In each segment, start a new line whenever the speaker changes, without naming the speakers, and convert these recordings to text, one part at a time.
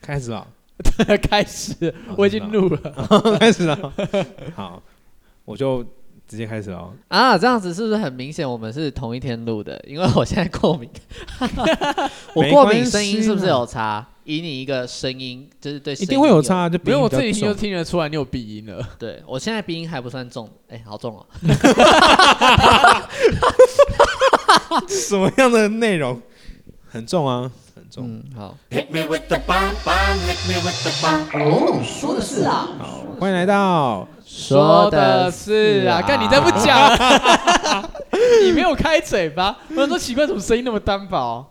开始 了，
开始，我已经
录
录了
开始了，好，我就直接开始了哦。
啊！这样子是不是很明显？我们是同一天录的，因为我现在过 敏，我
没
过
关
敏声
系
音是不是
啦
有差？以你一个声音，就是对声
一
音
定会有。差，就
没有，我自己听
听
就听得出来你有鼻音了。
对我现在鼻音还不算重，哎、好重哦！
什么样的内容很重啊，很重。
嗯，好，
Hit me with the bomb bomb, hit me with the bomb.
说的是啊，
好，欢迎来到
说的
是啊，看你再不讲、啊 你没有开嘴巴。我想说奇怪，怎么声音那么单薄？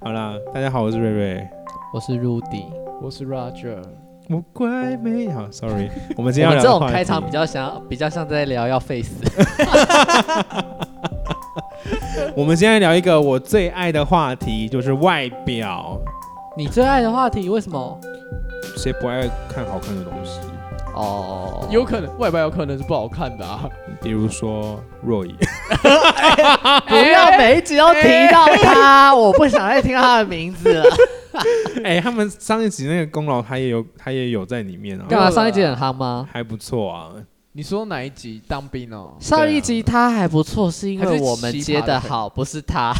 好啦，大家好，我是瑞瑞。
我是 Rudy。
我是 Roger，
我怪美好，sorry，我 们今天
我
要聊
们这
的
种
话
开场
题
比较像，比较像在聊要 face。
我们今天聊一个我最爱的话题，就是外表。
你最爱的话题为什么？
谁不爱看好看的东西？
哦，
有可能外表有可能是不好看的啊。
比如说若 隐，
不要每一集都提到 他，我不想再听到他的名字了。
哎、他们上一集那个功劳，他也有，他也有在里面
干
啊，
嘛？上一集很夯吗？
还不错啊。
你说哪一集当兵哦？
上一集他还不错，是因为我们接的好，不是 他。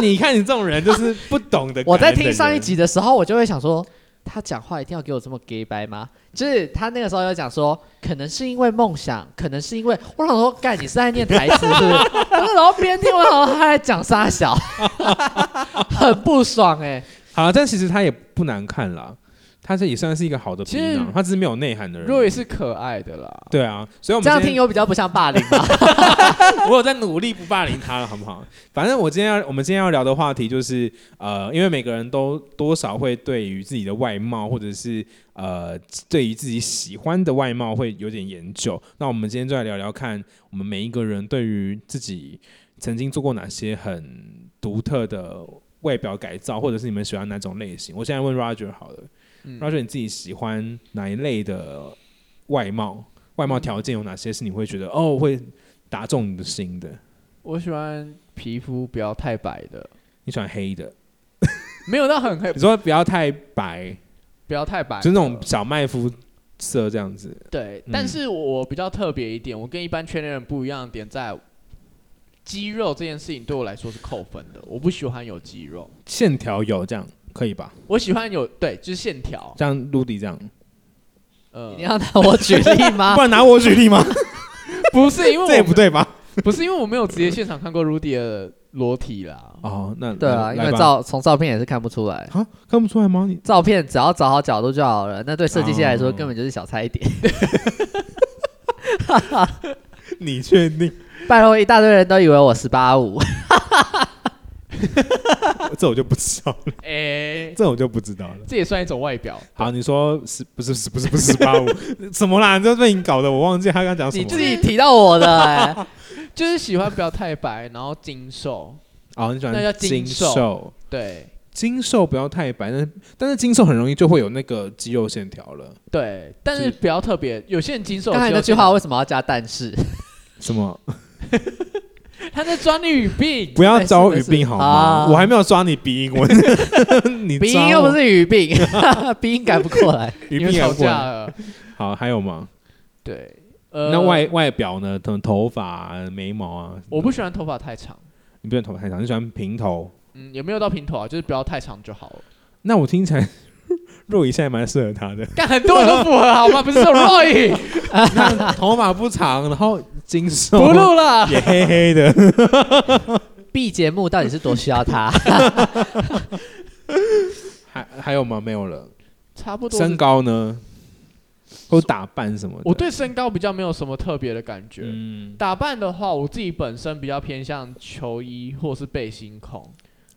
你看你这种人就是不懂得感恩的人。
我在听上一集的时候，我就会想说，他讲话一定要给我这么 gay 白吗？就是他那个时候有讲说，可能是因为梦想，可能是因为我想说，干你是在念台词是 不是？我那时候边听，我想说他在讲沙小， 很不爽哎、
好了，但其实他也不难看啦，他这也算是一个好的皮
其实
囊，他只是没有内涵的人。
若也是可爱的啦。
对啊，所以我们
这样
今
听
天
有比较不像霸凌吗？
我有在努力不霸凌他了，好不好？反正我今天要，我们今天要聊的话题就是，呃，因为每个人都多少会对于自己的外貌，或者是呃，对于自己喜欢的外貌会有点研究。那我们今天就来聊聊看，我们每一个人对于自己曾经做过哪些很独特的外表改造，或者是你们喜欢哪种类型？我现在问 Roger 好了、
嗯
r o g e r 你自己喜欢哪一类的外貌？外貌条件有哪些是你会觉得哦会打中你的心的？
我喜欢皮肤不要太白的，
你喜欢黑的，
没有到很黑
你，说不要太白，
不要太白，
就那种小麦肤色这样子。
对
嗯，
但是我比较特别一点，我跟一般圈内人不一样的点在，肌肉这件事情对我来说是扣分的，我不喜欢有肌肉，
线条有这样可以吧？
我喜欢有对，就是线条，
像 Rudy 这样，
呃
你，要拿我举例吗
不？然拿我举例 吗？
不是 因
这也
为我
不对吧？
不是因为我没有直接现场看过 Rudy 的裸体啦，
哦，那
对啊，
来
因为
来吧
照从照片也是看不出来，
啊看不出来吗？你
照片只要找好角度就好了。那对设计师来说
哦
根本就是小菜一碟。
你确定？
拜托，一大堆人都以为我十八五，
这我就不知道了，
哎、
这我就不知道了。
这也算一种外表，
好，你说十不是不是不是十八五 什么啦？你这被你搞的，我忘记他刚讲什
你
么
自己提到 我的、哎
就是喜欢不要太白，然后精瘦，
哦，你喜
那叫
欢
精
精
瘦
瘦，
对
精瘦不要太白，但是但是精瘦很容易就会有那个肌肉线条了。
对，但是
是
不要特别，有些人精瘦，
刚才
啊有
那
些
句
人
话为什么要加但是？
什么？
他在抓你语病，
不要招语病好吗？
没事没事
我还没有抓你鼻 音，我你
鼻
抓
音
我
又不是语病，鼻音改不过来。
语
你们
病
吵
也过
架
来。
了，
好，还有吗？
对，呃，
那外外表呢？头头发啊、眉毛啊，
我不喜欢头发太长，
你不喜欢头发太长，你喜欢平头。
嗯，也没有到平头啊，就是不要太长就好了。
那我听起来 若仪现在蛮适合 他的，
但很多人都符合好吗？不是说 Roy
头发不长，然后精瘦，
不录了，
也黑黑的。
B 节目到底是多需要他？
还还有吗？没有了。
差不多是。
身高呢？或打扮什么的？
我对身高比较没有什么特别的感觉。
嗯，
打扮的话，我自己本身比较偏向球衣或是背心控，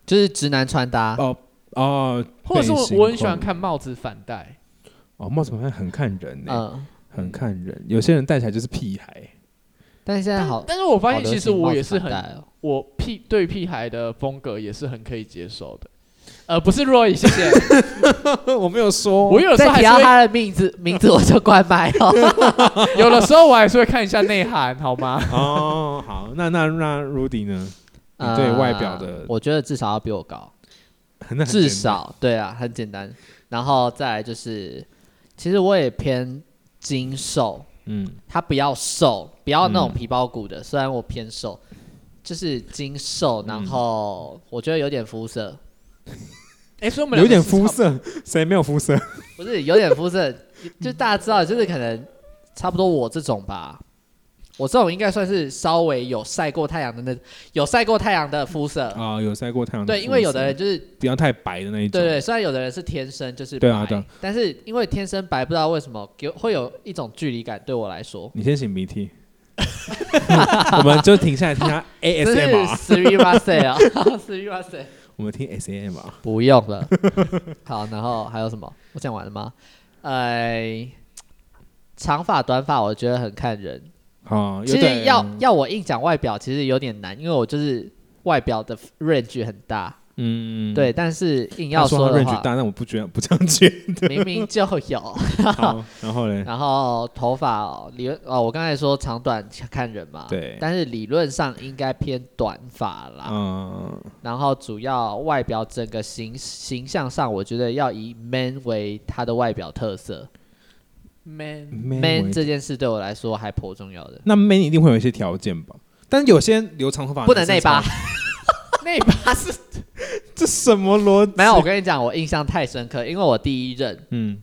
就是直男穿搭。
哦哦，
或者是
背心
我我很喜欢
控
看帽子反戴。
哦，帽子好像很看人呢，
嗯，
很看人。有些人戴起来就是屁孩。
但是现在好，
但是我发现
好流
其
行
实我也是
帽子反
很，
戴哦
我屁对屁孩的风格也是很可以接受的。呃，不是 Roy，谢 谢。
我没有说
我有时候
再
还是
提到
会
他的名字， 名字我就关麦 了。
有的时候我还是会看一下内涵，好吗？
哦，
嗯
好，那那那 Rudy 呢？你对外表的
呃我觉得至少要比我高。
很很
至
简单
少对啊，很简单。然后再来就是，其实我也偏精瘦，
嗯
他不要瘦，不要那种
嗯
皮包骨的。虽然我偏瘦，就是精瘦，
嗯
然后我觉得有点肤色，
哎，所以我们
有
两个
点
是差不
肤色，谁没有肤 色？
不是有点肤色， 就大家知道，就是可能差不多我这种吧。我这种应该算是稍微有晒过太阳的那有晒过太阳的肤色，
啊，有晒过太阳的肤色。
对，因为有的人就是
不要太白的那一种。
对对，虽然有的人是天生就是白，
对啊对啊
但是因为天生白，不知道为什么给会有一种距离感。对我来说，
你先擤鼻 涕， 我们就停下来听他
真是
ASMR，
Siri m a s 啊 ，Siri m a s
我们听 ASMR。
不用了。 好，然后还有什么？我讲完了吗？呃，长发短发我觉得很看人，
好，
其
哦有
实
点
要要我硬讲外表其实有点难，因为我就是外表的 range 很大，
嗯，
对，但是硬
他
要
说他
的
range
话，
大，但我不觉得不这样觉 得。
明明就 有。
好然后嘞，
然后头发哦理论哦，我刚才说长短看人嘛，
对
但是理论上应该偏短发啦。
嗯，
然后主要外表整个形形象上，我觉得要以 man 为他的外表特色。
man，
man
man
为
这件事对我来说还颇重要的。
那 man 一定会有一些条件吧？但有些留长头发
不能内八，
那把是
这什么逻辑？
没有，我跟你讲，我印象太深刻，因为我第一任，
嗯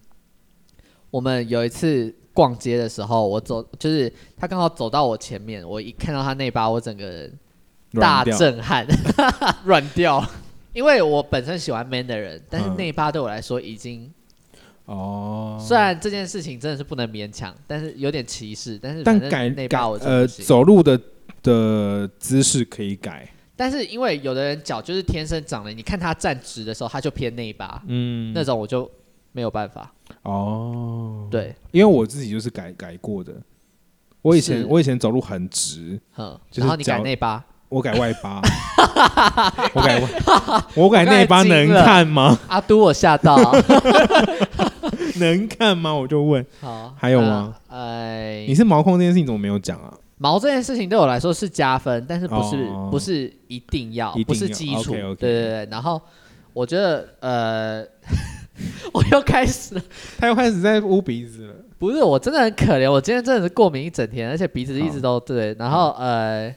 我们有一次逛街的时候，我走就是他刚好走到我前面，我一看到他内八，我整个人大
软掉
震撼。
软掉，
因为我本身喜欢 man 的人，但是
嗯
内八对我来说已经，
哦，
虽然这件事情真的是不能勉强，但是有点歧视，但是
但
反正
改
内
改
八我真的
呃
不行。
走路的的姿势可以改，
但是因为有的人脚就是天生长的，你看他站直的时候，他就偏内八，
嗯，
那种我就没有办法。
哦，
对，
因为我自己就是改改过的。我以前
是
我以前走路很直，
嗯，
就是
然后你
脚
改内八，
我改外 八，我改外，我改内八
我刚才
能
惊了
看吗？
阿都我吓到。
能看吗？我就问，
好，
还有吗？
呃，
你是毛控这件事情怎么没有讲啊？
毛这件事情对我来说是加分，但是不是、
哦
不是一定要，
一定要
不是基础。
OK，OK
对对对，然后我觉得呃， 我又开始了，
他又开始在捂鼻子了。
不是我真的很可怜，我今天真的是过敏一整天，而且鼻子一直都
啊
对，然后
嗯
呃。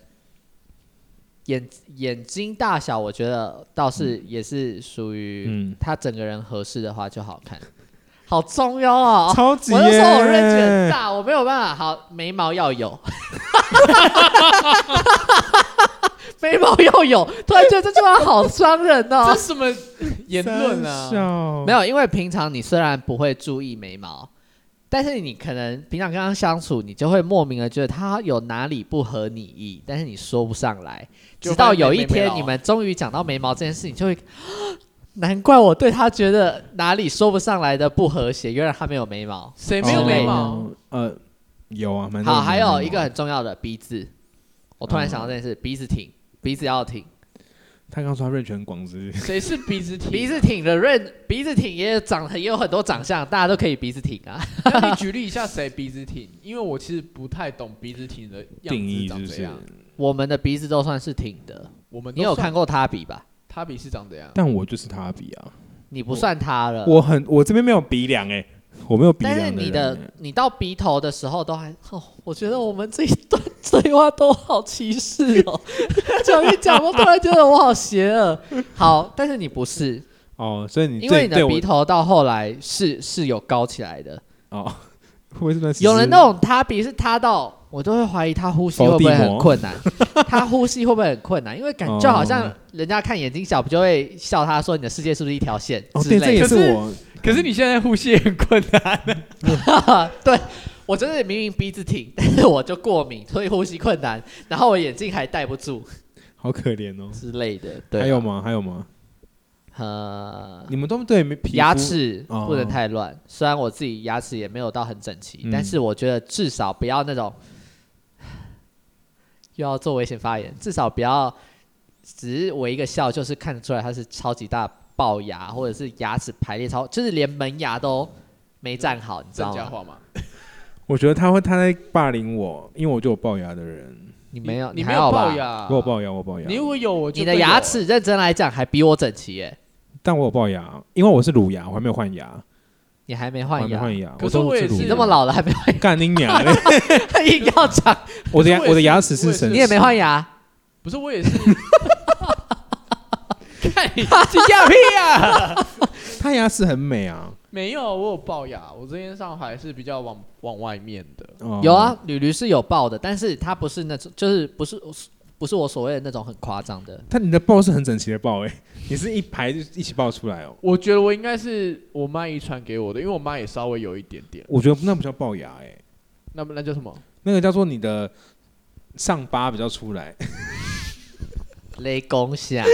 眼眼睛大小，我觉得倒是也是属于
嗯
他整个人合适的话就好看，好中庸哦。
超级耶！
我就说我认知很大，我没有办法。好，眉毛要有， 眉毛要有。突然觉得这句话好伤人
这
哦。
什么言论啊？
啊
没
有，
有，因为平常你虽然不会注意眉毛，但是你可能平常跟他相处，你就会莫名的觉得他有哪里不合你意，但是你说不上来。
就
直到有
会
一
没眉
天
毛
你们终于讲到眉毛这件事，你就会。 难怪我对他觉得哪里说不上来的不和谐，原来他没有眉毛。
谁没有
哦
眉毛？
呃，有啊，蛮多
好，
人
还
眉毛
有一个很重要的鼻子，我突然想到这件事，鼻子挺，鼻子要挺，
他刚说他认全广之，
谁是鼻子挺？
嗯
鼻子挺的人，鼻子挺也长得也有很多长相，大家都可以鼻子挺 啊。
那你举例一下谁鼻子挺？因为我其实不太懂鼻子挺的样
定
子
义是
长
不
怎
是
样。？
我们的鼻子都算是挺的，
我们都
你有
算
看过他鼻吧？
他鼻是长怎样？
但我就是他比啊，
你不算他了，
我很我这边没有鼻梁哎，我没有鼻
但
梁
是
人欸。
你的你到鼻头的时候都还，哦，我觉得我们这一段对话都好歧视 哦。讲一讲，我突然觉得我好邪恶。好，但是你不是，
哦，所以你
因为
对
你的
我
鼻头到后来是是有高起来的。
哦，会不会是段
有人那种塌鼻是塌到，我都会怀疑他呼吸会不会很困 难，他呼吸会不会很困难？因为感
哦
就好像人家看眼睛小，不就会笑他说你的世界是不是一条线
哦，
之
对，这
类
也
的？
是我
可是你现在呼吸很困难。
对我真的明明鼻子挺， 但是我就过敏，所以呼吸困难，然后我眼镜还戴不住
好可怜哦。
之类的。对啊，
还有吗？还有吗？
呃，
你们都对皮肤
牙齿
哦
不能太乱，虽然我自己牙齿也没有到很整齐
嗯，
但是我觉得至少不要那种 又要做危险发言，至少不要只是微一个笑，就是看得出来它是超级大龅牙，或者是牙齿排列超，就是连门牙都没站好，你知
郑
道
家
吗？
话嘛，
我觉得他会他在霸凌我，因为我就有龅牙的人，
你没有，
你没
还
有
好吧
龅？牙，
我有龅牙，我有龅牙。
你如果有，我就
你的
会有
牙齿认真来讲还比我整齐耶、
但我有龅牙，因为我是乳牙，我还没有换牙，
你还没
我
换
还没
牙，
换牙。
可是
我都
我也
乳
是
牙
你这么老了还没换
干你娘嘞！
牙， 硬要讲，
我的牙
可是我也是
我的牙齿是
我也是
神，
你也没换牙，
不是，我也是。 看你
这叫屁呀！
他牙齿很美啊。
没有，我有龅牙，我这边上还是比较往往外面的。
哦
有啊，，吕驴是有爆的，但是它不是那种，就是不是不是我所谓的那种很夸张的。
但你的龅是很整齐的龅哎、你是一排就一起龅出来哦。
我觉得我应该是我妈遗传给我的，因为我妈也稍微有一点点。
我觉得那不叫龅牙哎、
那么那叫什么？
那个叫做你的上巴比较出来，
雷公虾，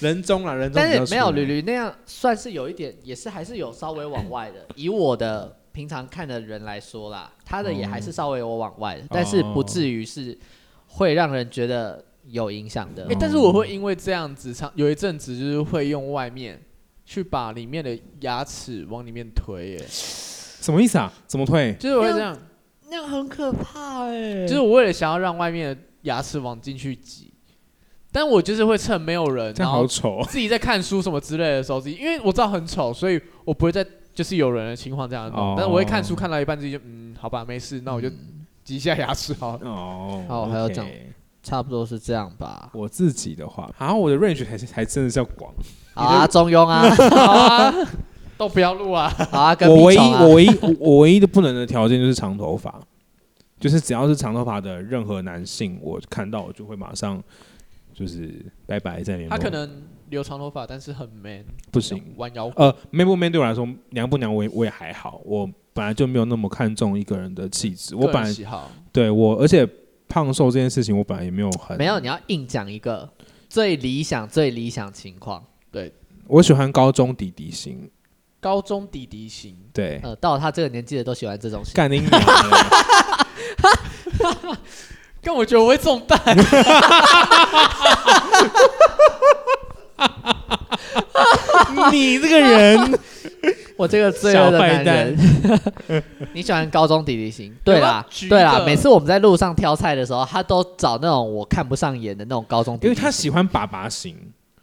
人中啦，人中
但
比较出来。
是没有吕驴那样，算是有一点，也是还是有稍微往外 的。以我的平常看的人来说啦，他的也还是稍微有往外的，
哦
但是不至于是会让人觉得有影响的
哎、。但是我会因为这样子，长有一阵子就是会用外面去把里面的牙齿往里面推，哎，
什么意思啊？怎么退？
就是我会这样，
那样很可怕哎
就是我为了想要让外面的牙齿往进去挤，但我就是会趁没有人，
这
然
样
后
好 丑、哦。
自己在看书什么之类的时候，自己因为我知道很丑，所以我不会在就是有人的情况这样弄，
哦嗯
但是我会看书看到一半自己就嗯，好吧，没事，那我就挤一下牙齿好了。
哦，
好还要
OK
这样差不多是这样吧。
我自己的话，啊，我的 range 才是才真的是要广。
好啊，中 庸啊，
好啊，都不要录啊！
好啊，跟
我唯
屁
一
虫啊
我唯一我我唯一的不能的条件就是长头发，就是只要是长头发的任何男性，我看到我就会马上就是拜拜再联络。
他可能留长头发，但是很 man，
不行，
弯腰
呃，man 不 man 对我来说娘不娘我也我也还好，我本来就没有那么看重一个人的气质，我
个
本
人
来
喜好。
对我而且胖瘦这件事情我本来也没有很
没有，你要硬讲一个最理想最理想情况。
我喜欢高中弟弟型，
高中弟弟型，
对，
呃，到了他这个年纪的都喜欢这种型。
干你娘嘞！
但我觉得我会中弹。
你这个人，
我这个罪恶的男人， 你喜欢高中弟弟型？对啦
橘，的
对啦，每次我们在路上挑菜的时候，他都找那种我看不上眼的那种高中弟弟。
因为他喜欢爸爸型，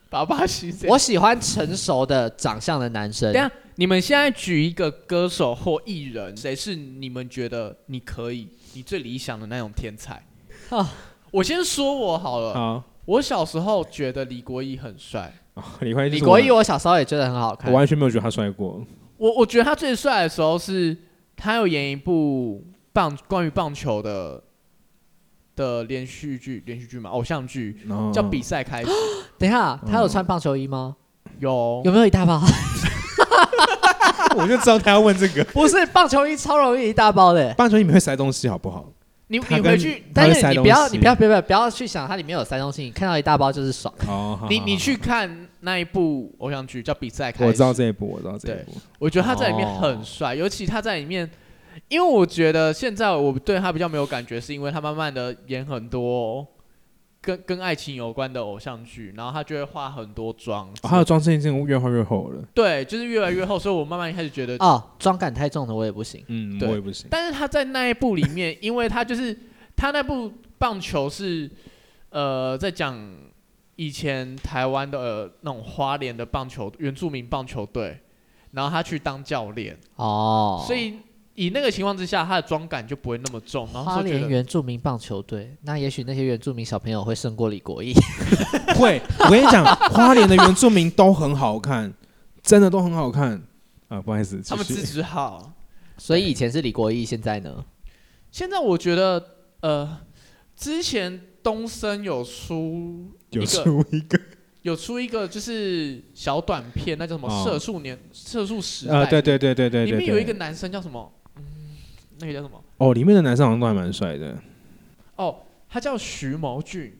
爸爸型谁？
我喜欢成熟的长相的男生
等一。下你们现在举一个歌手或艺人，谁是你们觉得你可以、你最理想的那种天才？
啊
我先说我好了，
好，
我小时候觉得李国毅很帅，
哦李怀
李国毅，我小时候也觉得很好
我
看。
完全没有觉得他帅过。
我我觉得他最帅的时候是他有演一部棒关于棒球的的连续剧，连续剧嘛，偶像剧
然后
叫《比赛开始》
等一下，
嗯
他有穿棒球衣吗？
有
有没有一大包？
我就知道他要问这个。
不是，棒球衣超容易一大包的。
棒球你们会塞东西好不好？
你
他
你
跟
回去，
他
但
会
是
塞
你
东
不要，
西
你不要，不要，不要，不要去想它里面有塞东西，你看到一大包就是爽。
哦，好
你
好
你
好
去看那一部偶像剧叫《比赛开始》，
我知道这一步，我知道这一步。
我觉得他在里面很帅，尤其他在里面，因为我觉得现在我对他比较没有感觉，是因为他慢慢的演很多跟跟爱情有关的偶像剧，然后他就会化很多妆，
哦他的妆真的越画越厚了。
对，就是越来越厚，所以我慢慢开始觉得，
哦，妆感太重的我也不行。
嗯，
对
我也不行。
但是他在那一部里面，因为他就是他那部棒球是呃在讲以前台湾的、呃、那种花莲的棒球原住民棒球队，然后他去当教练。
哦，
所以以那个情况之下，他的妆感就不会那么重，然后
花
就觉
莲
得
原住民棒球队，那也许那些原住民小朋友会胜过李国毅。
会，我跟你讲，花莲的原住民都很好看，真的都很好看。啊，不好意思，
他们
继
资
续
质好。
所以以前是李国毅，现在呢？
现在我觉得，呃，之前东升有出一
有
个
出一个
有出一个就是小短片，那叫什么
哦
《射速年射速时代》
啊，对对对对对
里
对
面有一个
对。
男生叫什么？嗯，那个叫什么？
哦，里面的男生好像都还蛮帅的。
哦，他叫徐谋俊，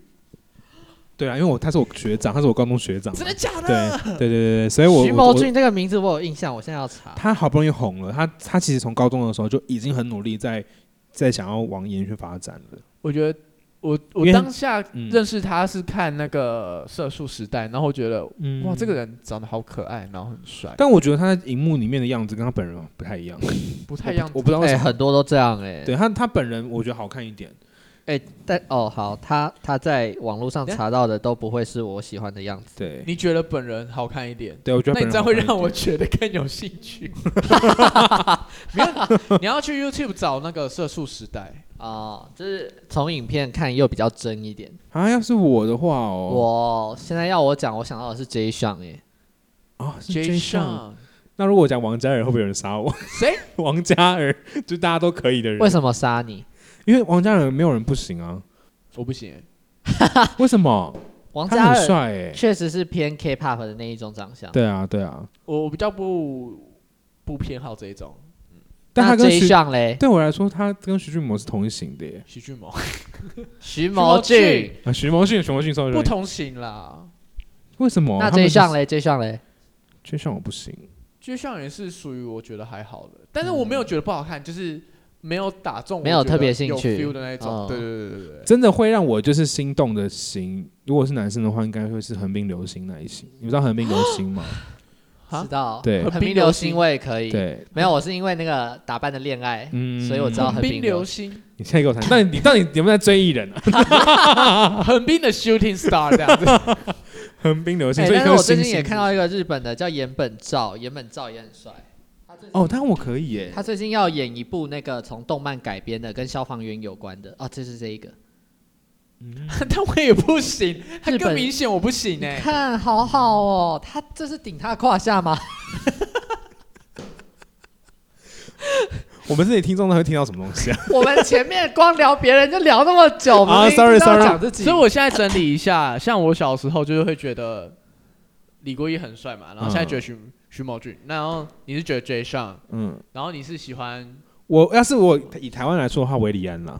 对啊，因为我他是我学长，他是我高中学长嘛。
真的假
对
的？
对对对对，所以哎我
徐
我
谋
我
俊这个名字我有印象，我现在要查。
他好不容易红了，他他其实从高中的时候就已经很努力在在想要往演艺圈发展了。
我觉得我
因
我
为
当下
嗯
认识他是看那个《射速时代》，然后觉得
嗯
哇，这个人长得好可爱，然后很帅，
但我觉得他在荧幕里面的样子跟他本人不太一样，
不太一样。
我不知道为
哎、
什么。
很多都这样哎、
对他他本人我觉得好看一点，
哎、但哦好，他他在网络上查到的都不会是我喜欢的样子。
对，
你觉得本人好看一点，
对我觉得
那你
本人
这样会
好看一
让我
点
觉得更有兴趣。没有，你要去 YouTube 找那个《色素时代
哦，就是从影片看又比较真一点。
啊，要是我的话哦，
我现在要我讲，我想到的是 J 上哎，
我啊》是
J
J 上。
上
那如果我讲王嘉尔，会不会有人杀我？
谁？
王嘉尔就大家都可以的
为
人，
什么杀你？
因为王嘉尔没有人不行啊。
我不行欸，
为什么？
王
他
嘉
很
尔
帅哎。
确实是偏 K-pop 的那一种长相。
对啊，对啊，
我我比较不不偏好这一种
但他
那
跟
J
徐
上嘞，
对我来说，他跟徐俊摩是同一型的耶。
徐俊萌，
徐谋俊。
啊，徐谋俊、徐谋俊稍微
不同型啦。
为什么？
那
哦他们
J
是
上嘞，J 上嘞，
J 上我不行。
J 上也是属于我觉得还好的，但是我没有觉得不好看，就是没有打中我
没有
觉得
特别兴
有
趣
feel 的那一
哦
种。对对对对对对，
真的会让我就是心动的型，如果是男生的话，应该会是横滨流星那一型。你们知道横滨流星吗？
啊
知道？
对
横
横
滨
滨
流
流
星
星
我也可以。
对，
没有，我是因为那个打扮的恋爱，
嗯
所以我知道横
横
滨
滨
流
流
星。
星，
你现在给我谈，那你你到底有没有在追艺人啊？
横滨的 shooting star 这样子。
横滨流星，
哎
所以
但是
都
我最
星
近也
星
看到一个日本的叫岩本照，岩本照也很帅。
哦，但我可以耶。
他最近要演一部那个从动漫改编的，跟消防员有关的哦，这是这一个。
但我也不行，他
日本
更明显我不行哎、
看，好好哦，他这是顶他胯下吗？
我们这里听众他会听到什么东西啊？
我们前面光聊别人就聊那么久，我们
啊
明明都要
sorry，sorry
讲自己。
所以我现在整理一下，像我小时候就是会觉得李国毅很帅嘛，然后现在觉得徐、徐某俊，然后你是觉得 J 上，
嗯，
然后你是喜欢
我要是我以台湾来说的话，维里安啦，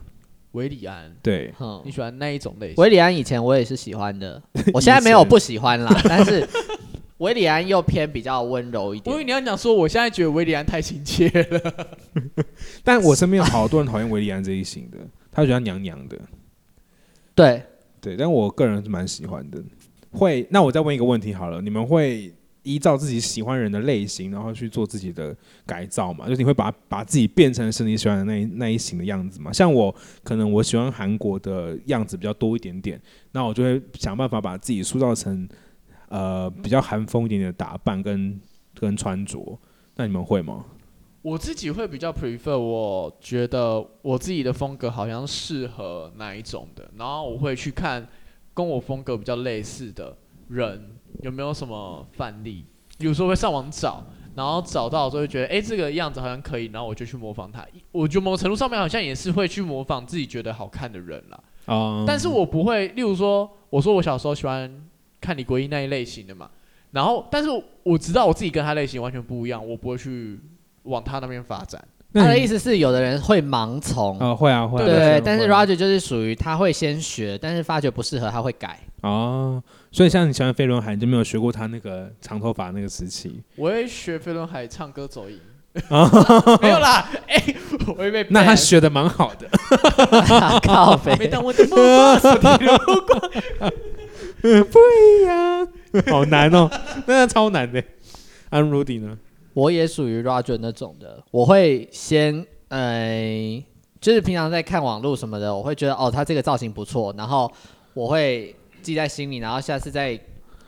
韦礼安，
对，
嗯
你喜欢那一种类型？
韦礼安以前我也是喜 欢的，我现在没有不喜欢啦，但是韦礼安又偏比较温柔一
我以为
点。
你要讲说，我现在觉得韦礼安太亲切了，
但我身边有好多人讨厌维里安这一型的，他觉得他娘娘的，
对，
对，但我个人是蛮喜欢的。会，那我再问一个问题好了，你们会依照自己喜欢人的类型，然后去做自己的改造吗？就是你会把把自己变成是你喜欢的那一那一型的样子吗？像我，可能我喜欢韩国的样子比较多一点点，那我就会想办法把自己塑造成呃比较韩风一点点的打扮跟跟穿着。那你们会吗？
我自己会比较 prefer，我觉得我自己的风格好像适合哪一种的，然后我会去看跟我风格比较类似的人有没有什么范例，有时候会上网找，然后找到之后就觉得，诶，这个样子好像可以，然后我就去模仿他。我觉得某种程度上面好像也是会去模仿自己觉得好看的人啦，
啊、
但是我不会，例如说，我说我小时候喜欢看李国毅那一类型的嘛，然后，但是我知道我自己跟他类型完全不一样，我不会去往他那边发展。
他
那
的
你
意思是有的人会盲从，
啊、会啊会啊，
对
会啊
但是
会啊
Roger 就是属于他会先学，但是发觉不适合他会改。
哦，所以像你喜欢飞轮海，你就没有学过他那个长头发那个时期。
我会学飞轮海唱 歌走音，没有啦，哎、我会被 ban
那他学的蛮好 的，
靠
没
北，
当我的目光是你的目光
不啊一样， 好难哦，那超难的。安 Rudy 呢？
我也属于 Roger 那种的，我会先呃，就是平常在看网络什么的，我会觉得哦，他这个造型不错，然后我会记在心里，然后下次再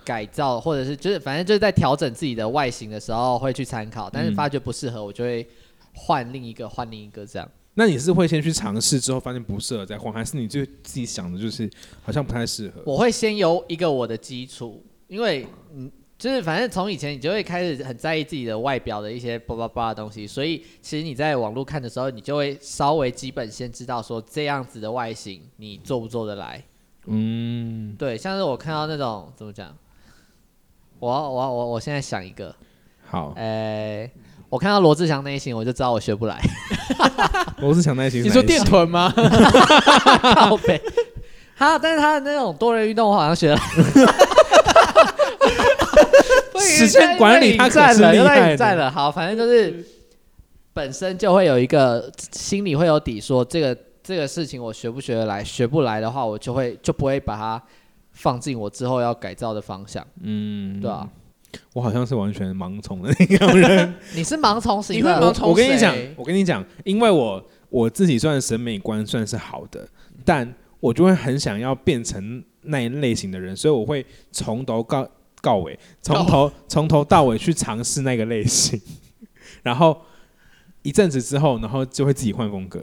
改造，或者是就是反正就是在调整自己的外形的时候会去参考，但是
嗯
发觉不适合，我就会换另一个，换另一个这样。
那你是会先去尝试，之后发现不适合再换，还是你就自己想的就是好像不太适合？
我会先有一个我的基础，因为嗯，就是反正从以前你就会开始很在意自己的外表的一些叭叭叭的东西，所以其实你在网络看的时候，你就会稍微基本先知道说这样子的外形你做不做得来。
嗯，
对，像是我看到那种怎么讲，我要我要我我现在想一个，
好，
诶、我看到罗志祥那一型，我就知道我学不来。
罗志祥那一期是
你
哪一
说
期
电臀吗？
靠背。他，但是他的那种多人运动，我好 像学了。
时间管理他可是厉害的
又在引战了。好，反正就是本身就会有一个心里会有底说这个这个事情我学不学得来，学不来的话，我就会就不会把它放进我之后要改造的方向，
嗯，
对啊，，
我好像是完全盲从的那种人。
你是盲从型
你会
的，
盲从
我跟你
谁
讲，我跟你讲，因为我我自己算审美观算是好的，但我就会很想要变成那一类型的人，所以我会从头告告尾，从头从头到尾去尝试那个类型， 然后一阵子之后，然后就会自己换风格。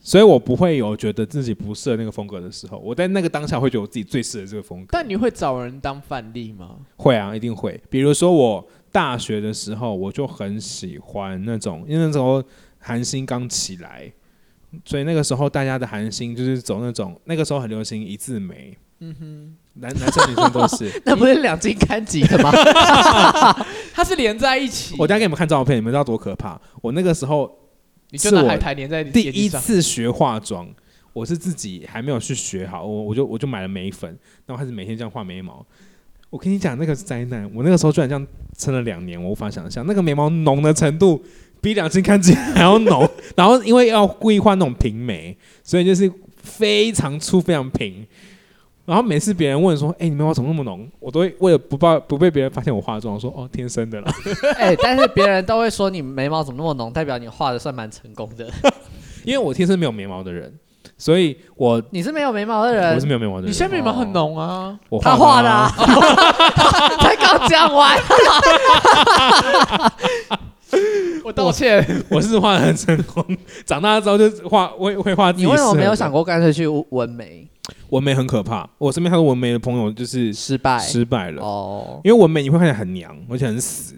所以我不会有觉得自己不适合那个风格的时候，我在那个当下会觉得我自己最适合这个风格。
但你会找人当范例吗？
会啊，一定会。比如说我大学的时候，我就很喜欢那种，因为那时候韩星刚起来，所以那个时候大家的韩星就是走那种，那个时候很流行一字眉，嗯哼，男男生女生都 是。
那不是两斤看几的 吗？
它是连在一起，
我等一下给你们看照片，你们知道多可怕？我那个时候
你就拿
是我
海苔连在你
第
眼
一
睛上。
次学化妆，我是自己还没有去学好，我我就我就买了眉粉，然后开始每天这样画眉毛。我跟你讲，那个是灾难！我那个时候居然这样撑了两年，我无法想象那个眉毛浓的程度比两千看起来还要浓。然后因为要故意画那种平眉，所以就是非常粗、非常平。然后每次别人问说：“哎、你眉毛怎么那么浓？”我都会为了不怕不被别人发现我化妆，我说：“哦，天生的啦。”
哎、但是别人都会说你眉毛怎么那么浓，代表你画的算蛮成功的。
因为我天生没有眉毛的人，所以我
你是没有眉毛的人
我是，没有眉毛的人。
你下面毛很浓啊，
我
呃他画的、啊， 才刚讲完。
我道歉。
我是画的很成功，长大之后就画会会画自己。
你为什么没有想？过干脆去纹眉？
纹眉很可怕，我身边很多纹眉的朋友就是
失败。
失败了，
哦，
因为纹眉你会看起来很娘，而且很死。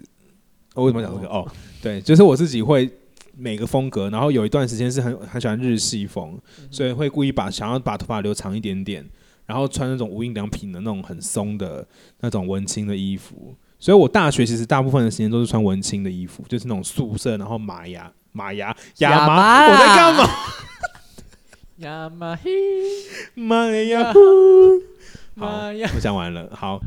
我为什么讲这个？哦，对，就是我自己会每个风格，然后有一段时间是很很喜欢日系风，所以会故意把想要把头发留长一点点，然后穿那种无印良品的那种很松的那种文青的衣服。所以我大学其实大部分的时间都是穿文青的衣服，就是那种素色，然后马牙马牙
亚
亚麻，
麻
我在干嘛？
呀嘛嘿，
妈呀！
妈呀！
我讲完了，好。